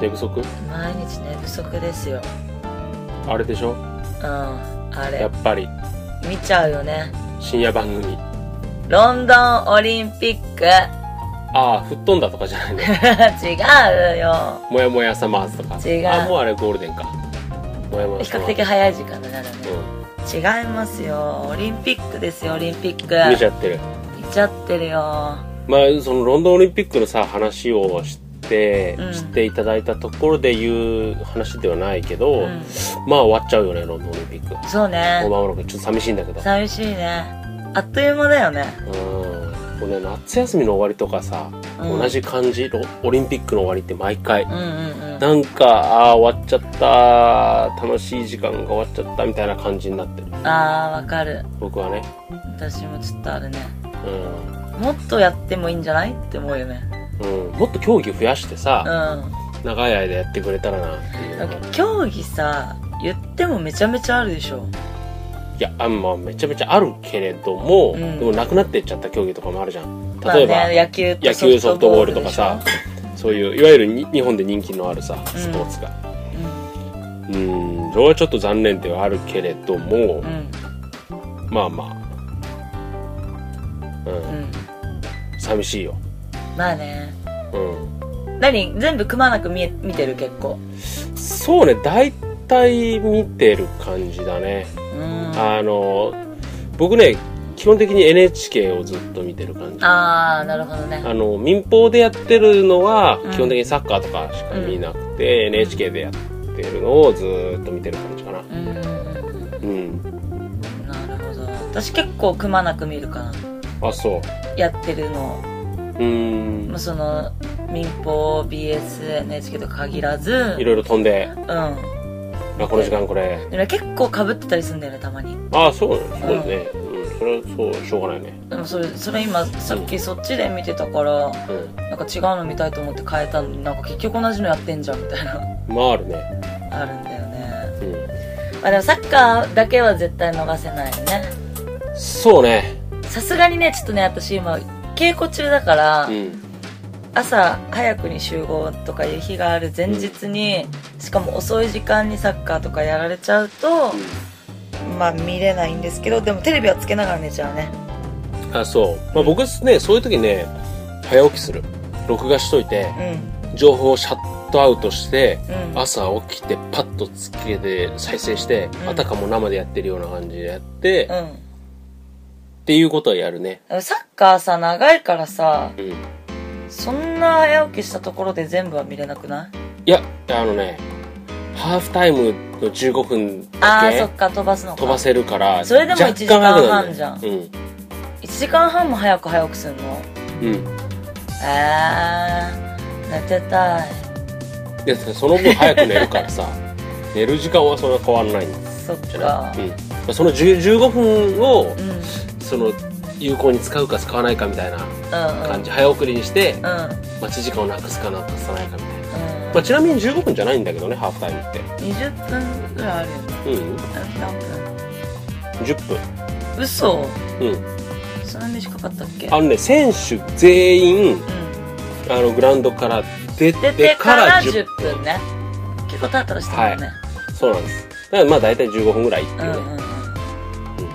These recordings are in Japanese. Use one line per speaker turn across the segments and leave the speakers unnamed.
寝不足
毎日寝不足ですよ
あれでしょ
うんあ
や
れ
っぱり
見ちゃうよね
深夜番組
ロンドンオリンピック
ああ吹っ飛んだとかじゃないね
違うよ
もやもやサマーズとか
違う
あもうあれゴールデンかもやもや
比
サマ
較
ーズ
的早い時間だなるね
う
違いますよオリンピックですよオリンピック
ん見ちゃってる
見ちゃってるよ
まあそのロンドンオリンピックのさ話をして
うん
知っていただいたところで言う話ではないけど、
うん
まあ終わっちゃうよねロンドンオリンピックも
そうね
う間もなくちょっと寂しいんだけど
寂しいねあっという間だよね
うんもうね夏休みの終わりとかさ、
うん
同じ感じロオリンピックの終わりって毎回
うんうんうん
なんか、ああ、終わっちゃった、楽しい時間が終わっちゃったみたいな感じになってる。
あーわかる
僕はね。
私もちょっとあるね
う
もっとやってもいいんじゃないって思うよね
ん。うん。もっと競技増やして
うん
さ、
な
長い間やってくれたらなっていうの
ん
が。
か競技さ言ってもめちゃめちゃあるでしょ
いや、あんまあめちゃめちゃあるけれども、
うん
でもなくなってっちゃった競技とかもあるじゃん。例えば、
まあね、野球と
野球ソフトボールとか
ソ
さ
フトボールでし、
そういう、いわゆるに日本で人気のあるさ、スポーツが。うん、それはちょっと残念ではあるけれども
ょう、ん
まあま
うん
あ、うん、
うん
寂しいよ。
まあね
うん。
何全部くまなく見え見てる結構
そうね大体見てる感じだね、
うんあ
あの僕ね基本的に NHK をずっと見てる感じあ
あーなるほどね
の民放でやってるのは
うん
基本的にサッカーとかしか見なくて、NHK でやってるのをずっと見てる感じかな
うんうん
うん
うんなるほど私結構くまなく見るかな
あそう
やってるのを
うー
ま
ん
あその民放 BSNHK とか限らず
いろいろ飛んで
うん
あこの時間これ
でも結構かぶってたりするんだよねたまに
あそうそうね、うん、それはそうしょうがないね
でもそれそれ今さっきそっちで見てたから
う
なんか違うの見たいと思って変えたのになんか結局同じのやってんじゃんみたいな
んまあある ね
あるんだよね
うん
まあでもサッカーだけは絶対逃せないよね
そうね
さすがにねちょっとね私今稽古中だから、
うん
朝早くに集合とかいう日がある前日に、しかも遅い時間にサッカーとかやられちゃうと、まあ見れないんですけどでもテレビはつけながら寝ちゃうね
あそう、まあ、僕ねそういう時ね早起きする録画しといて
う
情報をシャットアウトして
んうん
朝起きてパッとつけて再生して、
うん
あたかも生でやってるような感じでやって、っ
うん
ていうことはやるね
でもサッカーさ長いからさ
うんい
そんな早起きしたところで全部は見れなくない
やあのねハーフタイムの15分
あ
だ
あそ
け
っか飛ばすのか
飛ばせるから
それでも
若干
1時間半じゃん
早くなるね
1時間半も早く早起きすんの
うん、うん、
えー、寝てたい
でその分早く寝るからさ 寝る時間はそんな変わらないん
そっ
じゃな
か
い、うんまあ、その10 15分を
うんうんうん
その有効に使うか使わないかみたいな感じ、早送りにして
うん
待ち時間をなくすかなくさないかみたいな、
うん
まあ、ちなみに15分じゃないんだけどねハーフタイムって
20分ぐらいあるよね
うん
何分
10分
嘘
うん
そんな短かったっけ
あのね選手全
う
員
ん
あのグラウンドから出
出
て
て
か
からら
10
10
分
分ね結構タラタラしてるよね、
そうなんですだからまあ大体15分ぐらいっていう
うん
ね、
うんうんそうだね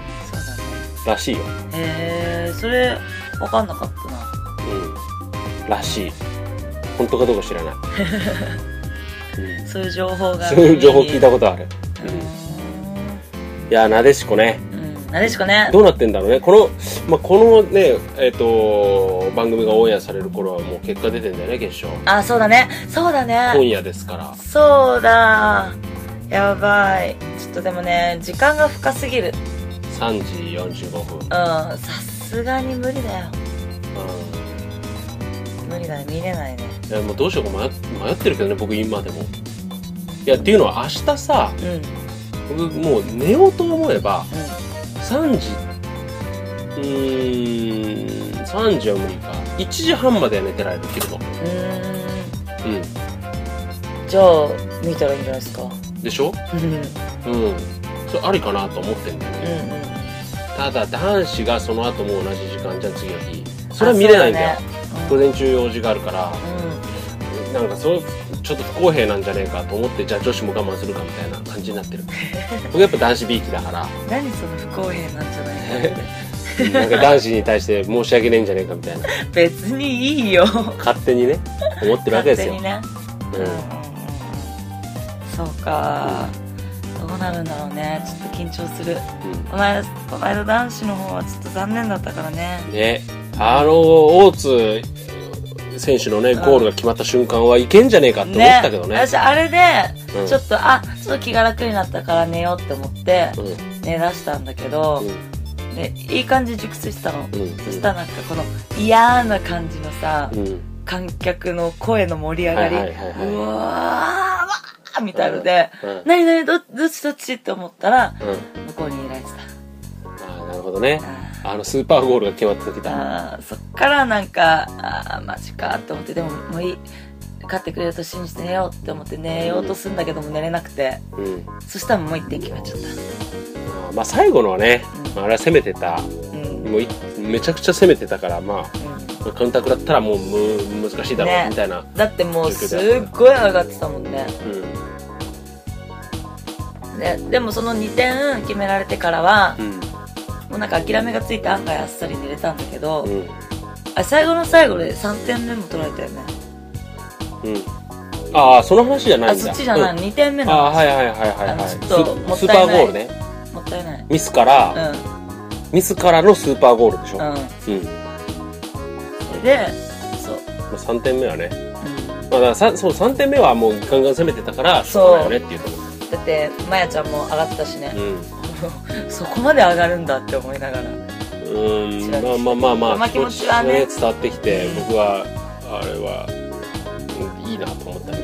らしいよ
へえそれ分かんなかったな
うんらしい本当かどうか知らない、うん
そういう情報が
そういう 情報聞いたことある
う
いやなでしこね
んうんなでしこね
どうなってんだろうねこの、まあ、このねえっ、と番組がオンエアされる頃はもう結果出てんだよね決勝
あそうだねそうだ
今
ね
夜ですから
そうだやばいちょっとでもね時間が深すぎる
3時45分、
うんさすがに無理だよ
う
無理だよ見れないね
ん、いやもうどうしようか迷っ迷ってるけどね僕今でもいやっていうのは明日さ
うんうん
僕もう寝ようと思えば3時うーん3時は無理か1時半までは寝てられる昼の
うー
うん
んじゃあ見たらいいんじゃないですか
でしょ
うんうんうん
うんそれありかなと思ってんだよね、ただ男子がその後も同じ時間じゃん次の日それは見れないんだよ、
あそうね
午前中用事があるから
うん
うなんかそれちょっと不公平なんじゃねえかと思ってじゃあ女子も我慢するかみたいな感じに なってる僕やっぱ男子びいきだから
何その不公平なんじゃ ないか
なんか男子に対して申し訳ねえんじゃねえかみたいな
別にいいよ
勝手にね思ってるわけですよ、
勝手にねう
う
んんうんうんそうかどうなるんだろうねちょっと緊張するこの間この間男子の方はちょっと残念だったからね
うんねあの大津選手のね
うん
ゴールが決まった瞬間はいけんじゃねえかって思ったけどね
私あれで
うん
ちょっと、あちょっと気が楽になったから寝ようって思って
うんうん
寝だしたんだけど、ね、いい感じに熟睡してたの、
うん
そしたらなんかこの嫌な感じのさ、
うん
観客の声の盛り上がり、
はいはいはいはいう
わーわーみたいので、
うん
何何どどっちどっちって思ったら
うん
向こうにいられて
ああなるほどね
たあ
あのスーパーゴールが決まった時
ー
だ
あーそっからなんかあーマジかと思ってでももういい勝ってくれると信じて寝ようって思って寝ようとするんだけども寝れなくて
うん
そしたらもう一点決めちゃった
あーまあ最後のはね
うん
まああれは攻めてた
うんうん
もういめちゃくちゃ攻めてたからまあまあカウンター食らったらもうむ難しいだろう
ね
みたいな、
だってもうすっごい上がってたもんね
う
ねでもその2点決められてからは
ん
もうなんか諦めがついて案外あっさり寝れたんだけど、
うん
あ最後の最後で3点目も取られたよね
うんああその話じゃな
あ
いんだ
そっちじゃない、
うん
2点目
ああ
の
はいはいはいはいはい
あのちょっともっ
ススー
た
パ
い
ー
ない
ゴールね
もったいない
ミスから、
う
ミスからのスーパーゴールでしょ、
んうん
うんま
それでそう、
あ、3点目はね、
う
まあ、だからさそう3点目はもうガンガン攻めてたからしょうがないよねっていうとこ
ん、だってまやちゃんも上がったしね
ろ、うん
そこまで上がるんだって思いながら
うんまあまあまあまあ
まあ気持ちはね
気持ちが伝わってきて
うん
僕はあれはうんいいなと思ったけど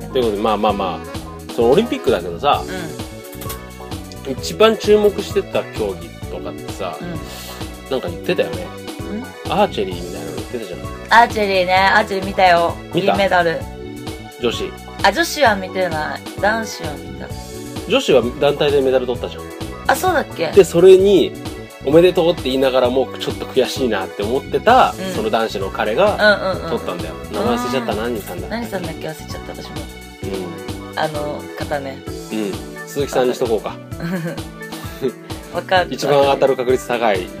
なん
と
で
いうことでまあまあまあそのオリンピックだけどさ一番注目してた競技とかってさ
うん
なんか言ってたよね
うん、うん、
アーチェリーみたいなの言ってたじゃない
アーチェリーねアーチェリー見たよ
見た
銀メダル
女子
あ女子は見てない男子は見た
女子は団体でメダル取ったじゃん
あそうだっけ
でそれにおめでとうって言いながらもちょっと悔しいなって思ってた、
うん
その男子の彼
う
が
んうんうん
取ったんだよ、名前忘れちゃった何人さんだ
何さんだっけ忘れちゃった私も
う
あの方 ね
ん、うん、鈴木さんにしとこうか
わかる
一番当たる確率高い 鈴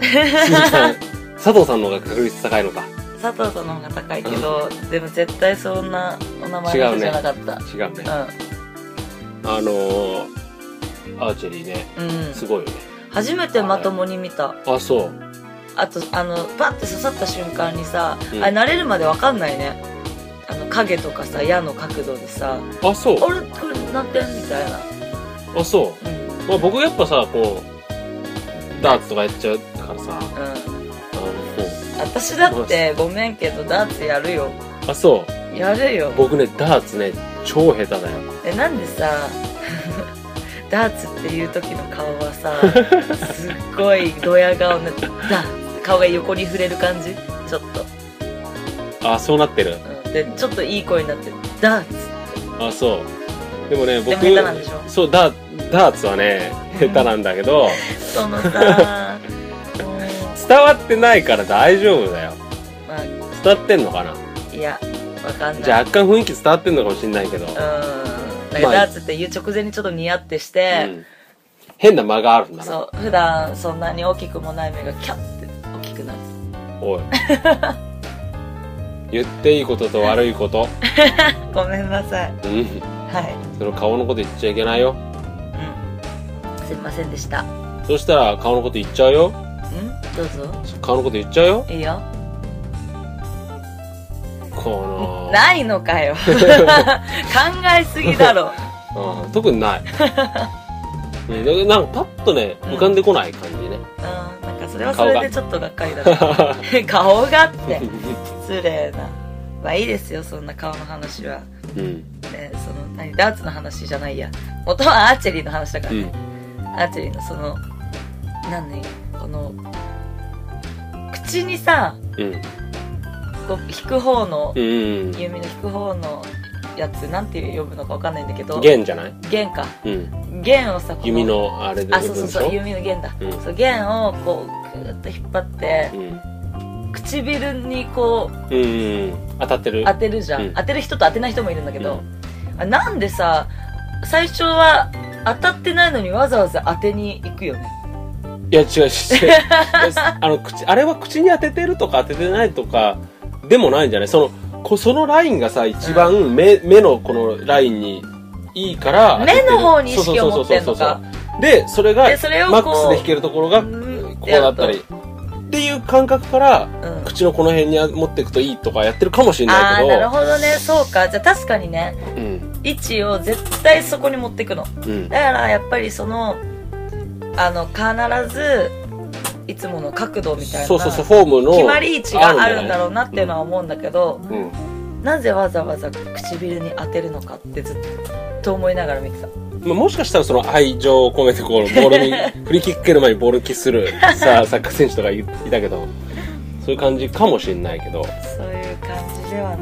木さん佐藤さんの方が確率高いのか
佐藤さんの方が高いけど、でも絶対そんなお名前の人じゃなかった
違うねあのー、アーチェリーね
うん、うん、
すごいよね
初めてまともに見た
あそう
あとあのパッて刺さった瞬間にさ、
うん
あれ慣れるまでわかんないねあの影とかさ矢の角度でさ「
あそう
あれこれ何点?」みたいな、
あそう
うん
まあ、僕やっぱさこうダーツとかやっちゃうからさ
うん、
あのこ
私だってごめんけどダーツやるよ
うあそ
やるよ
う僕ねダーツね超下手だよ
えなんでさ ダーツっていう時の顔はさ すっごいドヤ顔のダーツ顔が横に触れる感じちょっと、
あそうなってる
うん、でちょっといい声になってるダーツ
あそうでもね僕
でも下手なんでしょ
そうダーダーツはね下手なんだけど
その さもう
伝わってないから大丈夫だよ
まあ
伝わってんのかない
やわかんない
じゃあ若干雰囲気伝わってんのかもしれないけど、
うんだか
まあ
らダーツって言う直前にちょっとニヤってして、
うん変な間があるんだな
そう普段そんなに大きくもない目がキャッて大きくなる
おい 言っていいことと悪いこと、
ごめんなさい
うん、
は
その顔のこと言っちゃいけないよ
い、うん、すいませんでしたん
そしたら顔のこと言っちゃうよ
どうぞ
顔のこと言っちゃうよ
いいよ
この
ないのか よ考えすぎだろ
うん、特にない、 ね、でなんかパッとね
うん
浮かんでこない感じね、
うんなんかそれはそれでちょっとがっかりだろ顔がって失礼なまあいいですよそんな顔の話は、
うん
ね、その何ダーツの話じゃないや元はアーチェリーの話だから
う
ね、
ん
アーチェリーのその何この口にさ
うん
こう引く方の
うんうん
弓の引く方のやつなんて呼ぶのかわかんないんだけど
弦じゃない、
弦か
うん、
弦をさこの
弓のあれで
あ
部
そう
分
そう
で
そ
し
う
ょ
弓の弦だ、
うん
そう弦をこうグーッと引っ張って
うん
唇にこう
うん当たってる
当てるじゃん、
うん
当てる人と当てない人もいるんだけど、あなんでさ最初は当たってないのにわざわざ当てに行くよね
いや違う違う違う あの口あれは口に当ててるとか当ててないとかでもないんじゃないそのこそのラインがさ一番目,、目のこのラインにいいから
目の方に意識を持ってんのか
そうでそれが
でそれを
マ
こう
ックスで弾けるところがこ
うん
こだったりっていう感覚から
うん
口のこの辺に持っていくといいとかやってるかもしれ
あ
な
あ
い
ー
け
な
ど
るほどねそうかじゃあ確かにね
うん
位置を絶対そこに持ってくの
うん
だからやっぱりそのあの必ずいつもの角度みたいな
そうそうそうフォームの
決まり位置があるんだ
ろ
ろうなっていうのは思うんだけど、
う、うん、
なぜわざわざ唇に当てるのかってずっと思いながら見てた
まあもしかしたらその愛情を込めてこうボ ールにフリーキック蹴る前にボールキスするさあサッカー選手とかいたけどそういう感じかもしれないけど、
そういう感じでは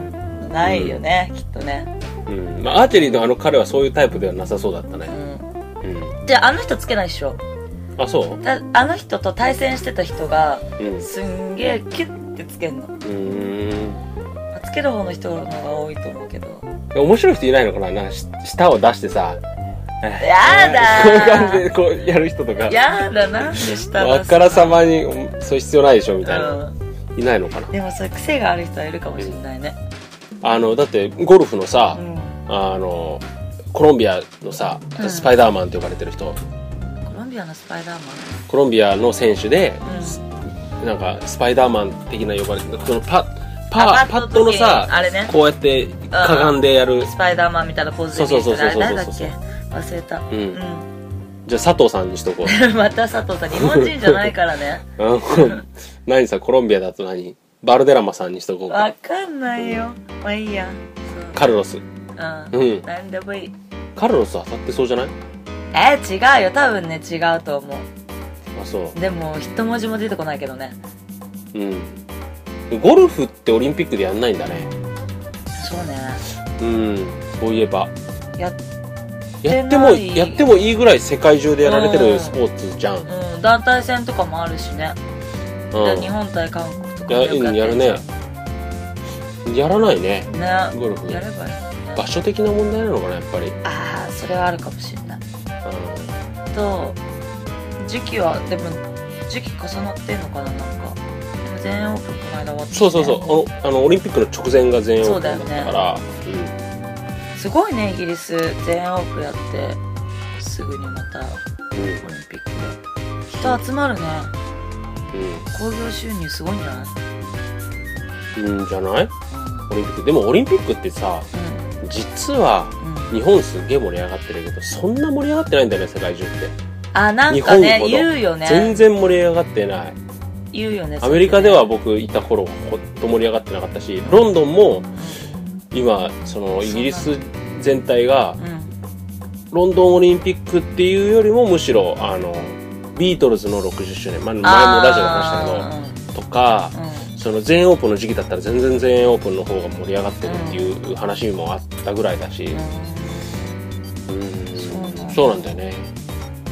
ないよね、きっとね、
うんまあ、アーチェリーのあの彼はそういうタイプではなさそうだった
う
ね、
ん、
うん、
じゃああの人つけないっしょ
あそう
だあの人と対戦してた人が
うんう
すんげえキュッてつけんの
ーん
つける方の人の方が多いと思うけど
面白い人いないのかななんかし舌を出してさや
やだー
こういう感じでこうやる人とか
やだなんでした
わからさまにうんそう必要ないでしょみたいな、
うん、
いないのかな
でもそういう癖がある人はいるかもしれないね、
あのだってゴルフのさ、
うん
あのコロンビアのさ
うん
スパイダーマンと呼ばれてる人、
コロンビアのスパイダー
コロンビアの選手で、
マン、うん、
なんかスパイダーマン的な呼ばれてるそのパ
あ
パパ
パッ
ッ
ド
ド
の
の
時
さ
あれね
こうやってかがんでやる、
スパイダーマンみたいなポーズで見る人ね
そうそうそうそう
あれ誰だっけ忘れた
うん
うん、
じゃあ佐藤さんにし とこ
また佐藤さん日本人じゃないから ね
うあの何さコロンビアだと何バルデラマさんにしとこう
わ
か
かんないよまあいいや
カルロス
うん、
うん
何でもいい
カルロス当たってそうじゃない
えー、違うよ多分ね違うと思
あそう
でも一文字も出てこないけどね
うんゴルフってオリンピックでやんないんだね
そうね
うんそういえば
やっ
や
っ
ってて
な
も
い
やってもいいぐらい世界中でやられて
うん
るスポーツじゃん、うん
うん団体戦とかもあるしね、で日本対韓国とかもよく
や
ってる
る
じゃ
ねやらないね
んね
ゴルフ
やればいいね
場所的な問題なのかなやっぱり、
ああそれはあるかもしれないと時期はでも時期重なってんのかななんか全英オープンこの間終わって
そうそうそうあのあのオリンピックの直前が全英
そ
オ
う
ー
だよ
プ
ね
ンだったから
すごいねイギリス全英オープンやってすぐにまたオ
う
リンピックで人集まるね
ん
興行収入すごいんじゃない
うんうん、うん、じゃないオリンピックでもオリンピックってさ
う
実は
んうん、うん、
日本すげえ盛り上がってるけどそんな盛り上がってないんだよね世界中って、
あなんかね
日本ほど
言うよ
全
ね
然盛り上がってない
言うよね
アメリカで
そ
は僕いた頃ほっと盛り上がってなかったしロンドンも今そのイギリス全体が
うね
ロンドンオリンピックっていうよりもむしろあのビートルズの60周年、まあ、前もラジオで話したけどとか
うん、あー
その全英オープンの時期だったら全然全英オープンの方が盛り上がってるっていう話もあったぐらいだし、
うん
うん
そうなんだ
そうなんだよね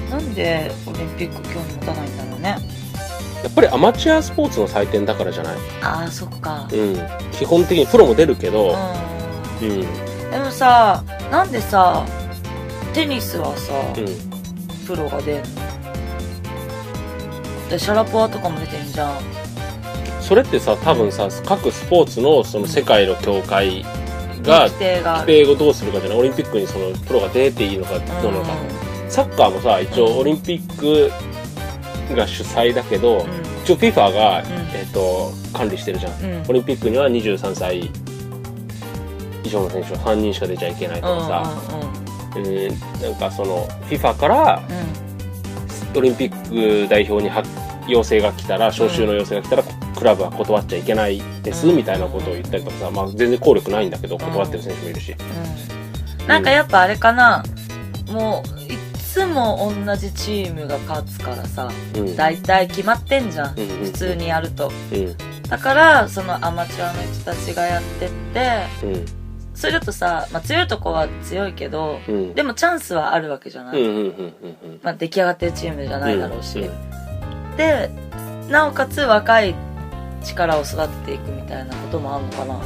うんなんでオリンピック興味持たないんだろうね
やっぱりアマチュアスポーツの祭典だからじゃない、
ああそっか
うん、基本的にプロも出るけど、
うん
うんうん
でもさなんでさテニスはさ、プロが出んのでシャラポワとかも出てんじゃん
それってさ多分さ各スポーツのその世界の協会が
規定が
規定をどうするかじゃないオリンピックにそのプロが出ていいのかどうなのか、サッカーもさ一応オリンピックが主催だけど、
うん
一応 FIFA が、
ん
えっと管理してるじゃん、
うん
オリンピックには23歳以上の選手は3人しか出ちゃいけないと
うん
かさ、うんなんかその FIFA から
うんうん
オリンピック代表には要請が来たら招集の要請が来たら、クラブは断っちゃいけないです、
うん
みたいなことを言ったりとかさ、まあ、全然効力ないんだけど断ってる選手もいるし、
うんなんかやっぱあれかなもういつも同じチームが勝つからさ
うん
大体決まってんじゃん
うんうんうん
普通にやると
うん
だからそのアマチュアの人たちがやってって
うん
それだとさ、まあ、強いとこは強いけど
うん
でもチャンスはあるわけじゃな
う
い、
んうんうんうんうん
まあ、出来上がってるチームじゃないだろうし、
んん
でなおかつ若い力を育てていくみたいなこともあるのかな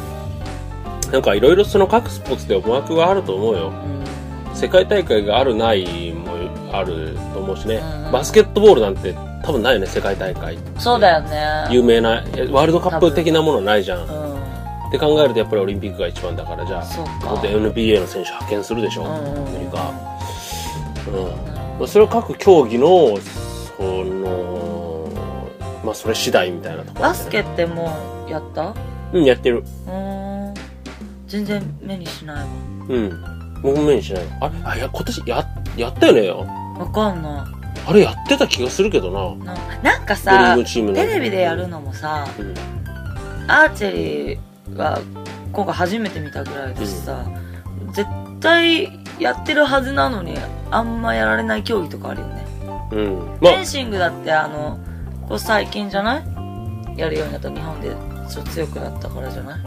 なんかいろいろその各スポーツで思惑があると思うよ
うん
世界大会があるないもあると思うしね、
うんうん
バスケットボールなんて多分ないよね世界大会
そうだよね
有名なえワールドカップ的なものないじゃん
う
っ
ん
て考えるとやっぱりオリンピックが一番だからじゃあ
そう
ここ
か
で NBA の選手派遣するでしょ、
うんうんうん
アメリカ、うんまあ、それは各競技のそのまあそれ次第みたいなところだよ
バ
ね、
スケってもうやったう
うんやってる
ーん全然目にしない
うん僕も目にしないあれあいや今年ややったよね
わわかんな
あれやってた気がするけどな。
いななんか
ボーリ
さ
ングチームの
テレビでやるのもさ
うん。
アーチェリーは今回初めて見たぐらいだしさ、絶対やってるはずなのにあんまやられない競技とかあるよね
うん。ま
フェ
あ
ン、シングだってあのこう最近じゃないやるようになった日本でそう強くなったからじゃない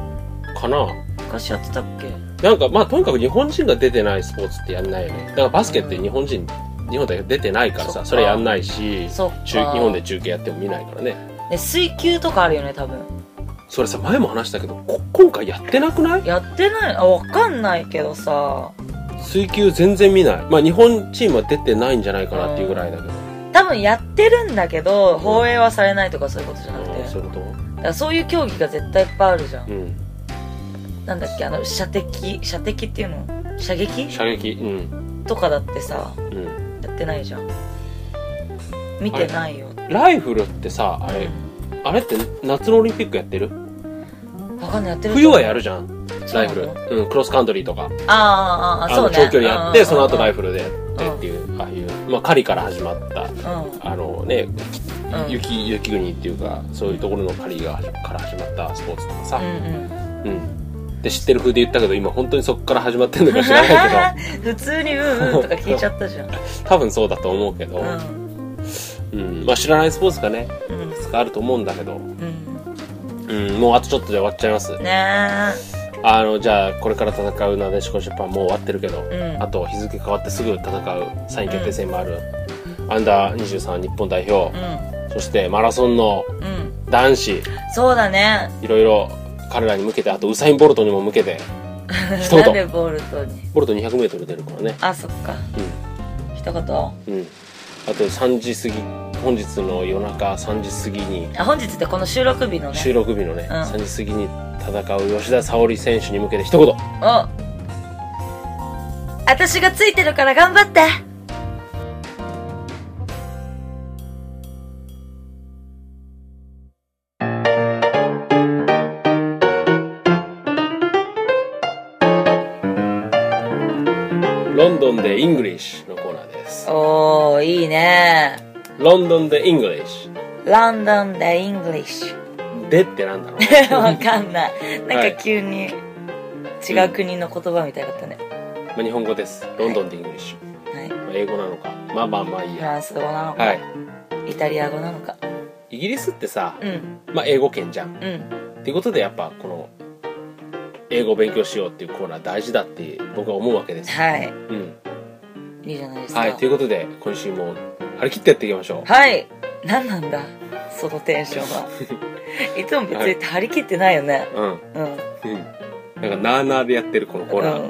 かな。
昔やってたっけ
なんか、まあ、とにかく日本人が出てないスポーツってやんないよね。だからバスケって日本人、日本代表出てないから
そっ
さ、
か
それやんないし、
そっか
中日本で中継やっても見ないからね。
で水球とかあるよね多分
それさ、前も話したけど、こ今回やってなくない
やってないあわかんないけどさ
水球全然見ない。まあ、日本チームは出てないんじゃないかなっていうぐらいだけど。
多分やってるんだけど放映はされないとかそういうことじゃなく
ああ
て
そういうこ
だからそういう競技が絶対いっぱいあるじゃん
とうん。
なんだっけあの射的射的っていうの射撃
射撃。うん。
とかだってさ
うん。
やってないじゃん見てないよ
ライフルってさ、あれ、あれって夏のオリンピックやってる
分かんないやってる
冬はや
る
るじゃん。
そう
ライ
な
フ
の
ル。うん、クロスカントリーとか。
あーあーあー
あ
そ
の
うね
長距離やって、その後ライ
フ
フルでやってっていう、ああいう、まあ、狩りから始まった、
うん
あのね、
うん
雪、雪国っていうか、そういうところの狩りが始から始まったスポーツとかさ、
うん
うん。で、知ってる風で言ったけど、今本当にそこから始まってんのか知らないけ
うん 普通にうんうんとか聞いちゃったじゃん
ど、多 分そうだと思うけど、
うん
うん。まあ、知らないスポーツがね、
うん
いくつかあると思うんだけど、
うん
うん、もうあとちょっとで終わっちゃいます。
ね
あの、じゃあ、これから戦うなでしこジャパンもう終わってるけど、
うん
あと日付変わってすぐ戦う3位決定戦もある、アンダー23日本代表、
え
そしてマラソンの
うんうん
男子、
そうだね
いろいろ彼らに向けて、あとウサイン・ボルトにも向けて、一言
なんでボルトに
ボルト200メートル出るからね。
あそっか一言あ
うん。うん。あと3時過ぎ、本日の夜中3時過ぎに、
本日ってこの収録日の
収
ね
録日のね、
うん
3時過ぎに戦う吉田沙保里選手に向けて一言。
お私がついてるから頑張って
ロンドンでイングリッシュのコーナーです。
おーいいね
ロンドンでイングリッシ
ロンドンでイングリッシュ
ュ。でってなんだろう
わかんない。な
は
ん
い
か急に違う国の言葉みたいだったね。
まあ日本語です。ロンドンでイングリッシュ。
はい。
まあ英語なのか。まあまあまあいい
フ
や。
ランス語なのか、
はい。
イタリア語なのか。
イギリスってさ、
うん、
まあ英語圏じゃん。
うん。
っていうことでやっぱこの英語を勉強しようっていうコーナー大事だって僕は思うわけです、
はい。
うん、
いいじゃないですか。
はいということで今週も張り切ってやっていきましょ
はい。何なんだそのテンションは。いつも別に張り切ってないよね。
ううん
うん。うん。
うんなんかなーなーでやってるこのコーナー、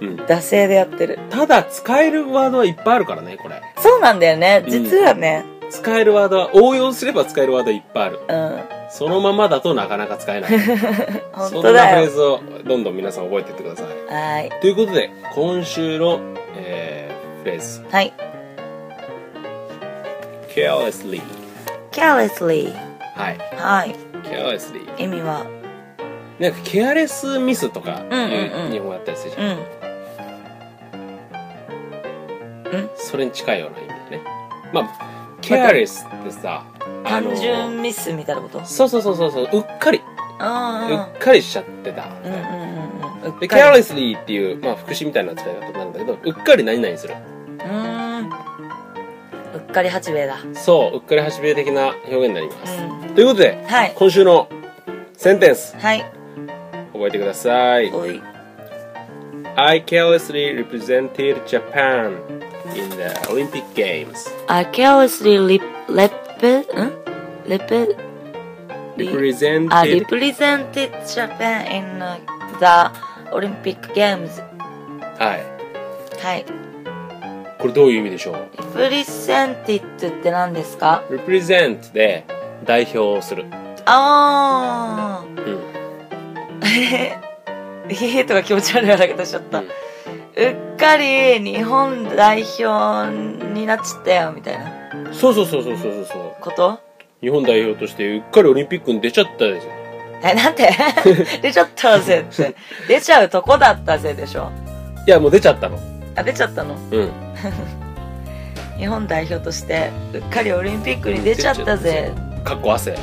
うん
惰性でやってる。
ただ使えるワードはいっぱいあるからねこれ
そうなんだよね。
うん
実はね。
使えるワードは応用すれば使えるワードはいっぱいある
うん。
そのままだとなかなか使えない
本
そん
当
なフ
だ
レー
よ。
ズをどんどん皆さん覚えていってください
はい。
ということで今週の、えー、フレーズ
はい。
「carelessly」
carelessly。
はい
はい。
「carelessly」
意味は。
なんかケアレスミスとかいう
うんうんうん
日本語だったりするじゃん、
うん。
それに近いような意味だねまあケアレスってさあの
単純ミスみたいなこと
そうそうそうそうそううっかりう
あ
っかりしちゃってた、
あうんうんうんうんう
で
っ
ケア
かり
レスリーっていう、まあ、副詞みたいな使い方なんだけどうっかり何々する
うーんうっかり八兵衛だ
そううっかり八兵衛的な表現になります、
う
ということで
はい
今週のセンテンス
はい
覚えてください
おい
I carelessly represented Japan in the Olympic Games
I carelessly lip lip ん lip リ
represented
あ represented Japan in the Olympic Games
はい
はい
これどういう意味でしょう
represented って何ですか
represent で代表をする、
あ
うん
あえへへとか気持ち悪いだけどしちゃった、う
うん
っかり日本代表になっちゃったよみたいな
そうそうそうそうそうそうそう
こと
日本代表としてうっかりオリンピックに出ちゃったですよ
えなん て出ちゃったぜって出ちゃうとこだったぜでしょ
いやもう出ちゃったの
あ出ちゃったの
うん
日本代表としてうっかりオリンピックに出ちゃったぜ
かっこ汗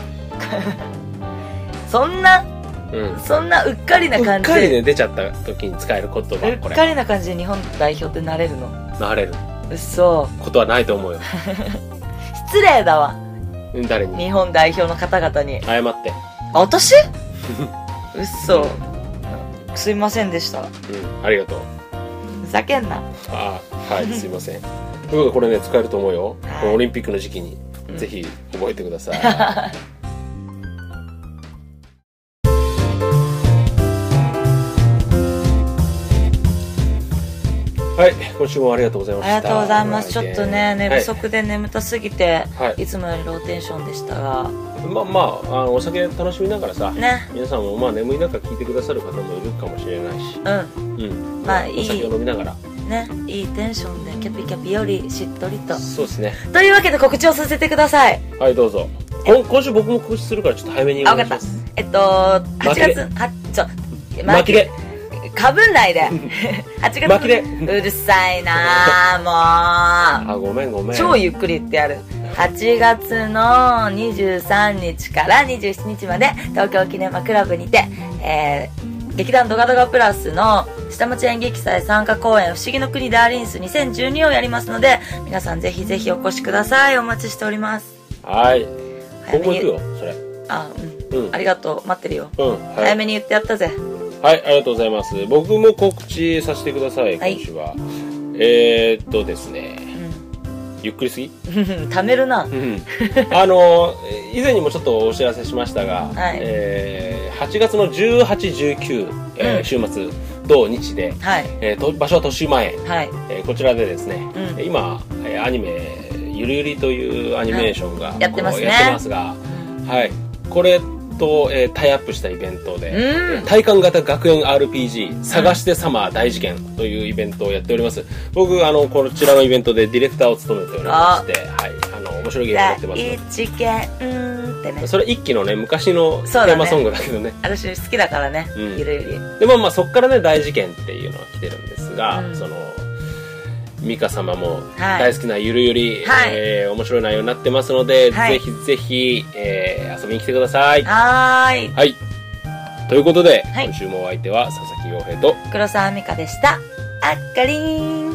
そんな
うん
そんなうっかりな
うっ
感じ
かりね出ちゃった時に使える言
う
葉
っ
こ
か
れ
りな感じで日本代表ってなれるの
なれる
うそ
ことはないと思うよ
失礼だわ
うん誰に
日本代表の方々に
謝って
あ私うそすいませんでした
うんありがとう
ふざけんな
ああはいすいませんということでこれね使えると思うよ
はい
このオリンピックの時期に
うん
ぜひ覚えてください はい今週もありがとうございま
あ
し
り
た
がとうございますちょっとね寝
は
不
い
足で眠たすぎて、
はい
い、つもよりローテンションでしたが
まあまああのお酒楽しみながらさ、
ね
皆さんもまあ眠い中聞いてくださる方もいるかもしれないし、
う
うん
まあいい
お酒を飲みながら
んねいいテンションでキャピキャピよりしっとりと
そうですね
というわけで告知をさせてください
はいどうぞ今今週僕も告知するからちょっと早めにお
あ
願
分
いし
か
ま
った
す
えっと8
巻き
月
で
はちょ
巻きで
かぶんないで 8月
巻きで
うるさいなあもう
あごめんごめん
超ゆっくりってやる8月の23日から27日まで東京キネマクラブにて、えー劇団ドガドガプラスの下町演劇祭参加公演「不思議の国ダーリンス2012」をやりますので皆さんぜひぜひお越しくださいお待ちしております
はい
早
今
め
後行く
に
よそれ
あうん
うん
ありがとう待ってるよ
うんは
早
い、
めに言ってやったぜ
はい、ありがとうございます僕も告知させてください
はい
今週は、えー、っとですね
う
ゆっくりすぎ
ん貯めるな
あの以前にもちょっとお知らせしましたが、
はい
えー8月の1819、えー
うん
週末同日で、
はい
えーと場所は豊島園、
はい
えーこちらでですね、
うん
今えーアニメ「ゆるゆり」というアニメーションが、
いやってますね
こうやってますが、はい、これと、えータイアップしたイベントで、
うん
体感型学園 RPG 探してサマー大事件というイベントをやっております僕あのこちらのイベントでディレクターを務めておりましてはいあの面白いゲームや
第
ってますので
一件ってね
それ一期のね昔のテ
そうだね
ーマソングだけどね
私好きだからね、
うん
ゆるゆり
でまあまあそっからね大事件っていうのは来てるんですが、
うん
その美香様も
はい
大好きなゆるゆり、
はい
えー面白い内容になってますので、
はい
ぜひぜひ、えー遊びに来てください。
はーい
はい。ということで、
はい
今週もお相手は佐々木陽平と
黒沢美香でしたあっかりーん